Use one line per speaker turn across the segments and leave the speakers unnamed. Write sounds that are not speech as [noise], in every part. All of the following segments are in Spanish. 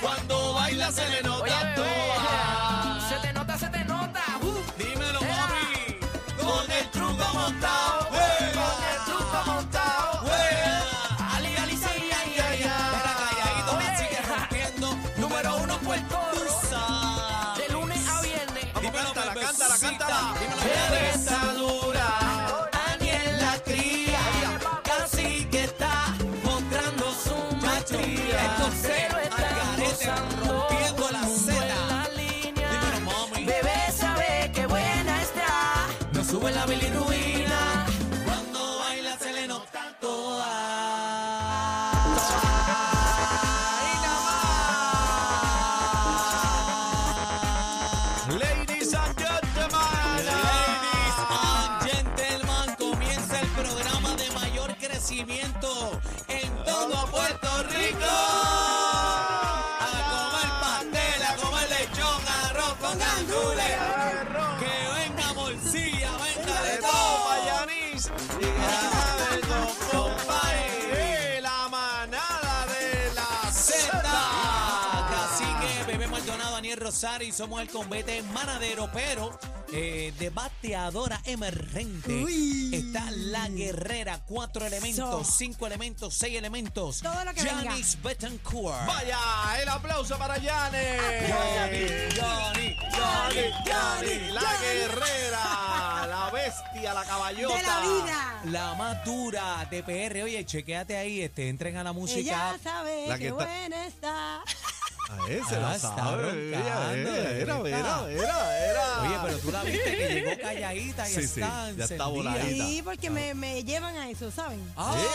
Cuando baila se le nota
Oye, bebé,
toa.
Se te nota, se te nota. Uh,
Dímelo,
Ea.
mami. Con el truco montado.
con el truco montado. Ali, ali, sí, ay, ay, ay.
Calladito me
Oye,
sigue rompiendo. Número uno, Puerto
Toro.
Rusa.
De lunes a viernes.
Dímelo, cántala, cántala, cántala. Eres dura, Daniel la cría. Casi que está mostrando su maestría. Escocero está rompiendo la seda.
La línea.
Dímelo, mami.
Bebé sabe que buena está.
No sube la bilirruina Cuando baila se le nota toda Ahí nada más. Ladies and gentlemen Ladies and gentlemen Comienza el programa de mayor crecimiento En todo Puerto Rico A comer pastel, a comer lechón Arroz con gandules que venga morcilla, venga de todo, Payanis. Y grave los compadres. La manada de la Z. Así que Bebé Maldonado, Daniel Rosario y somos el combate manadero, pero eh, de bateadora emergente. Está la guerrera. Cuatro elementos, cinco elementos, seis elementos.
Todo lo que venga.
Giannis Betancourt.
Vaya, el aplauso para
Johnny,
Yane.
Johnny,
Yane,
Johnny,
Yane,
Johnny.
la guerrera, la bestia, la caballota.
de la vida.
La más dura de PR. Oye, chequéate ahí, este, entren a la música.
Ella sabe
La
que,
que está-
buena está.
A ver, se
Ah,
la
está
sabe.
roncando,
Era, era,
bebé.
era, era, era.
Oye, pero tú la viste que llegó calladita y
Sí, sí,
está
ya está Ah,
encendida.
voladita. Ahí
Sí, porque me, me llevan a eso, ¿saben?
¡Eh!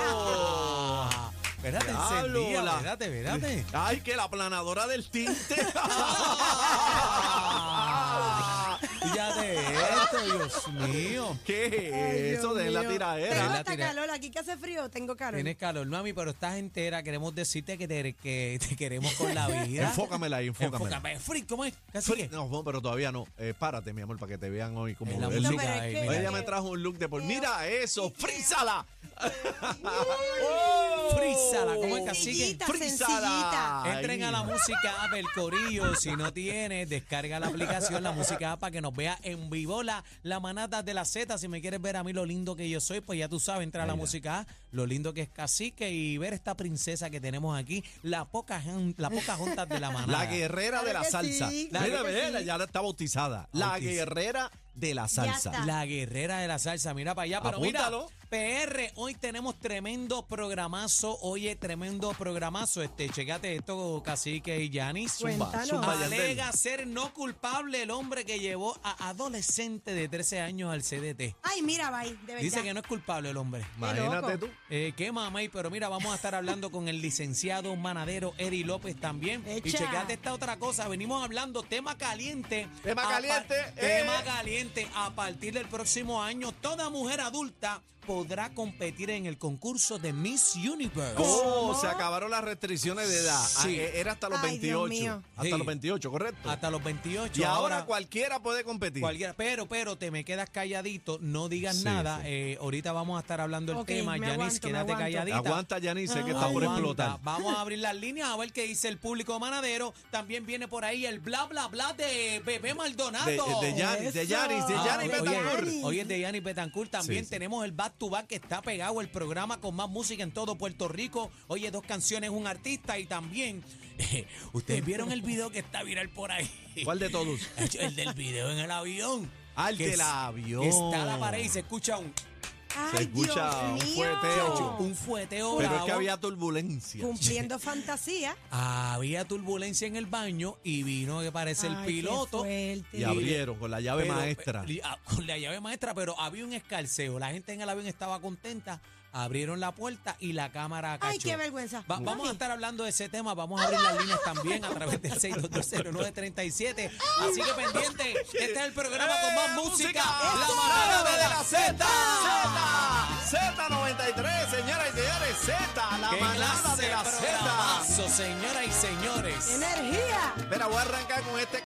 ¡Ah! Espérate,
Diablo,
encendida,
la-
espérate, espérate.
Ay, que la planadora del
[laughs]
tinte.
Ah, Fíjate esto, Dios mío.
¿Qué es eso de la
Tengo
tiradera?
la
hasta
tira-
calor, aquí que hace frío, tengo calor.
Tienes calor, mami, pero estás entera. Queremos decirte que te, que te queremos con la vida.
Enfócamela ahí, enfócamela.
Enfócame. Free, ¿cómo es? Casi
Fri-
que-
No, no, pero todavía no. Eh, párate, mi amor, para que te vean hoy como
Es la
el
música
look.
pero es
ahí,
que-
mira.
Ella me trajo un look de por. Mira eso, frízala. [laughs] Oh.
Frízala, ¿cómo es que así que-
Sencillita,
Frízala.
sencillita.
Entren a la música app, el corillo. Si no tienes, descarga la aplicación, la música app, para que nos vea en vivo la, la manada de la Z. Si me quieres ver a mí lo lindo que yo soy, pues ya tú sabes, entra a la música app, lo lindo que es cacique y ver esta princesa que tenemos aquí, la poca, jan- la poca junta de la manada.
La guerrera de
Claro
la
que
salsa.
sí,
Mira,
claro que
mira,
sí.
ya la está bautizada. La
Bautiz-
guerrera de la salsa.
está.
La guerrera de la salsa, mira para allá, pero
Apúntalo.
mira, PR, hoy tenemos tremendo programazo, oye, tremendo programazo, este, checate esto, Cacique y Yanis.
Zumba,
Cuéntanos.
zumba,
Yandel.
Alega ser no culpable el hombre que llevó a adolescente de 13 años al CDT.
Ay, mira, bye, de verdad.
Dice que no es culpable el hombre.
Imagínate tú.
Eh, qué mamey, pero mira, vamos a estar hablando con el licenciado manadero Eri López también. Y
Echa.
checate esta otra cosa, venimos hablando tema caliente.
Tema
A par-
caliente, eh.
Tema caliente. A partir del próximo año, toda mujer adulta podrá competir en el concurso de Miss Universe.
Oh, se acabaron las restricciones de edad. Ah,
Sí.
eh, Era hasta los
Ay,
28.
Dios mío.
Hasta
Sí.
los 28, correcto.
Hasta los 28.
y ahora, cualquiera puede competir.
Cualquiera, pero, pero te me quedas calladito, no digas
Sí,
nada.
sí.
eh, ahorita vamos a estar hablando del
Ok,
tema.
me
Yanis,
aguanto, me
quédate
aguanto.
calladita.
Aguanta, Janice, que está por
Aguanta.
explotar.
Vamos a abrir las líneas a ver qué dice el público manadero. También viene por ahí el bla bla bla de Bebé Maldonado.
De, de Yanis, de
Eso.
Yanis, de
Ah,
Yanis
oye,
Betancourt.
oye, Oye, es de Yanis Betancourt. También
sí.
tenemos el Back to Back que está pegado, el programa con más música en todo Puerto Rico. Oye, dos canciones, un artista y también. [laughs] Ustedes vieron el video que está viral por ahí. [laughs]
¿Cuál de todos?
El del video en el avión.
Ah, el
Que
del
es-
avión.
que Está la pared y se escucha un,
Ay,
Se escucha
Dios
un
mío. Oh.
fueteo.
un fueteo
Pero es
bravo.
que había turbulencia.
Cumpliendo fantasía.
Había turbulencia en el baño y vino que parece el
Ay, qué
piloto.
fuerte.
Y abrieron con la llave
Pero,
maestra.
[laughs] eh, li- ah, Con la llave maestra, pero había un escalceo. La gente en el avión estaba contenta. abrieron la puerta y la cámara cachó.
Ay, qué vergüenza.
Va- vamos a estar hablando de ese tema, vamos a abrir las líneas también a través del 6220937. Así que pendiente, este es el programa con
Eh,
más música, La Manada de la Z.
Z, Z93, señoras y señores, Z, la
¡Qué
manada
clase
de la Z.
programazo, señoras y señores!
Energía.
Mira, voy a arrancar con este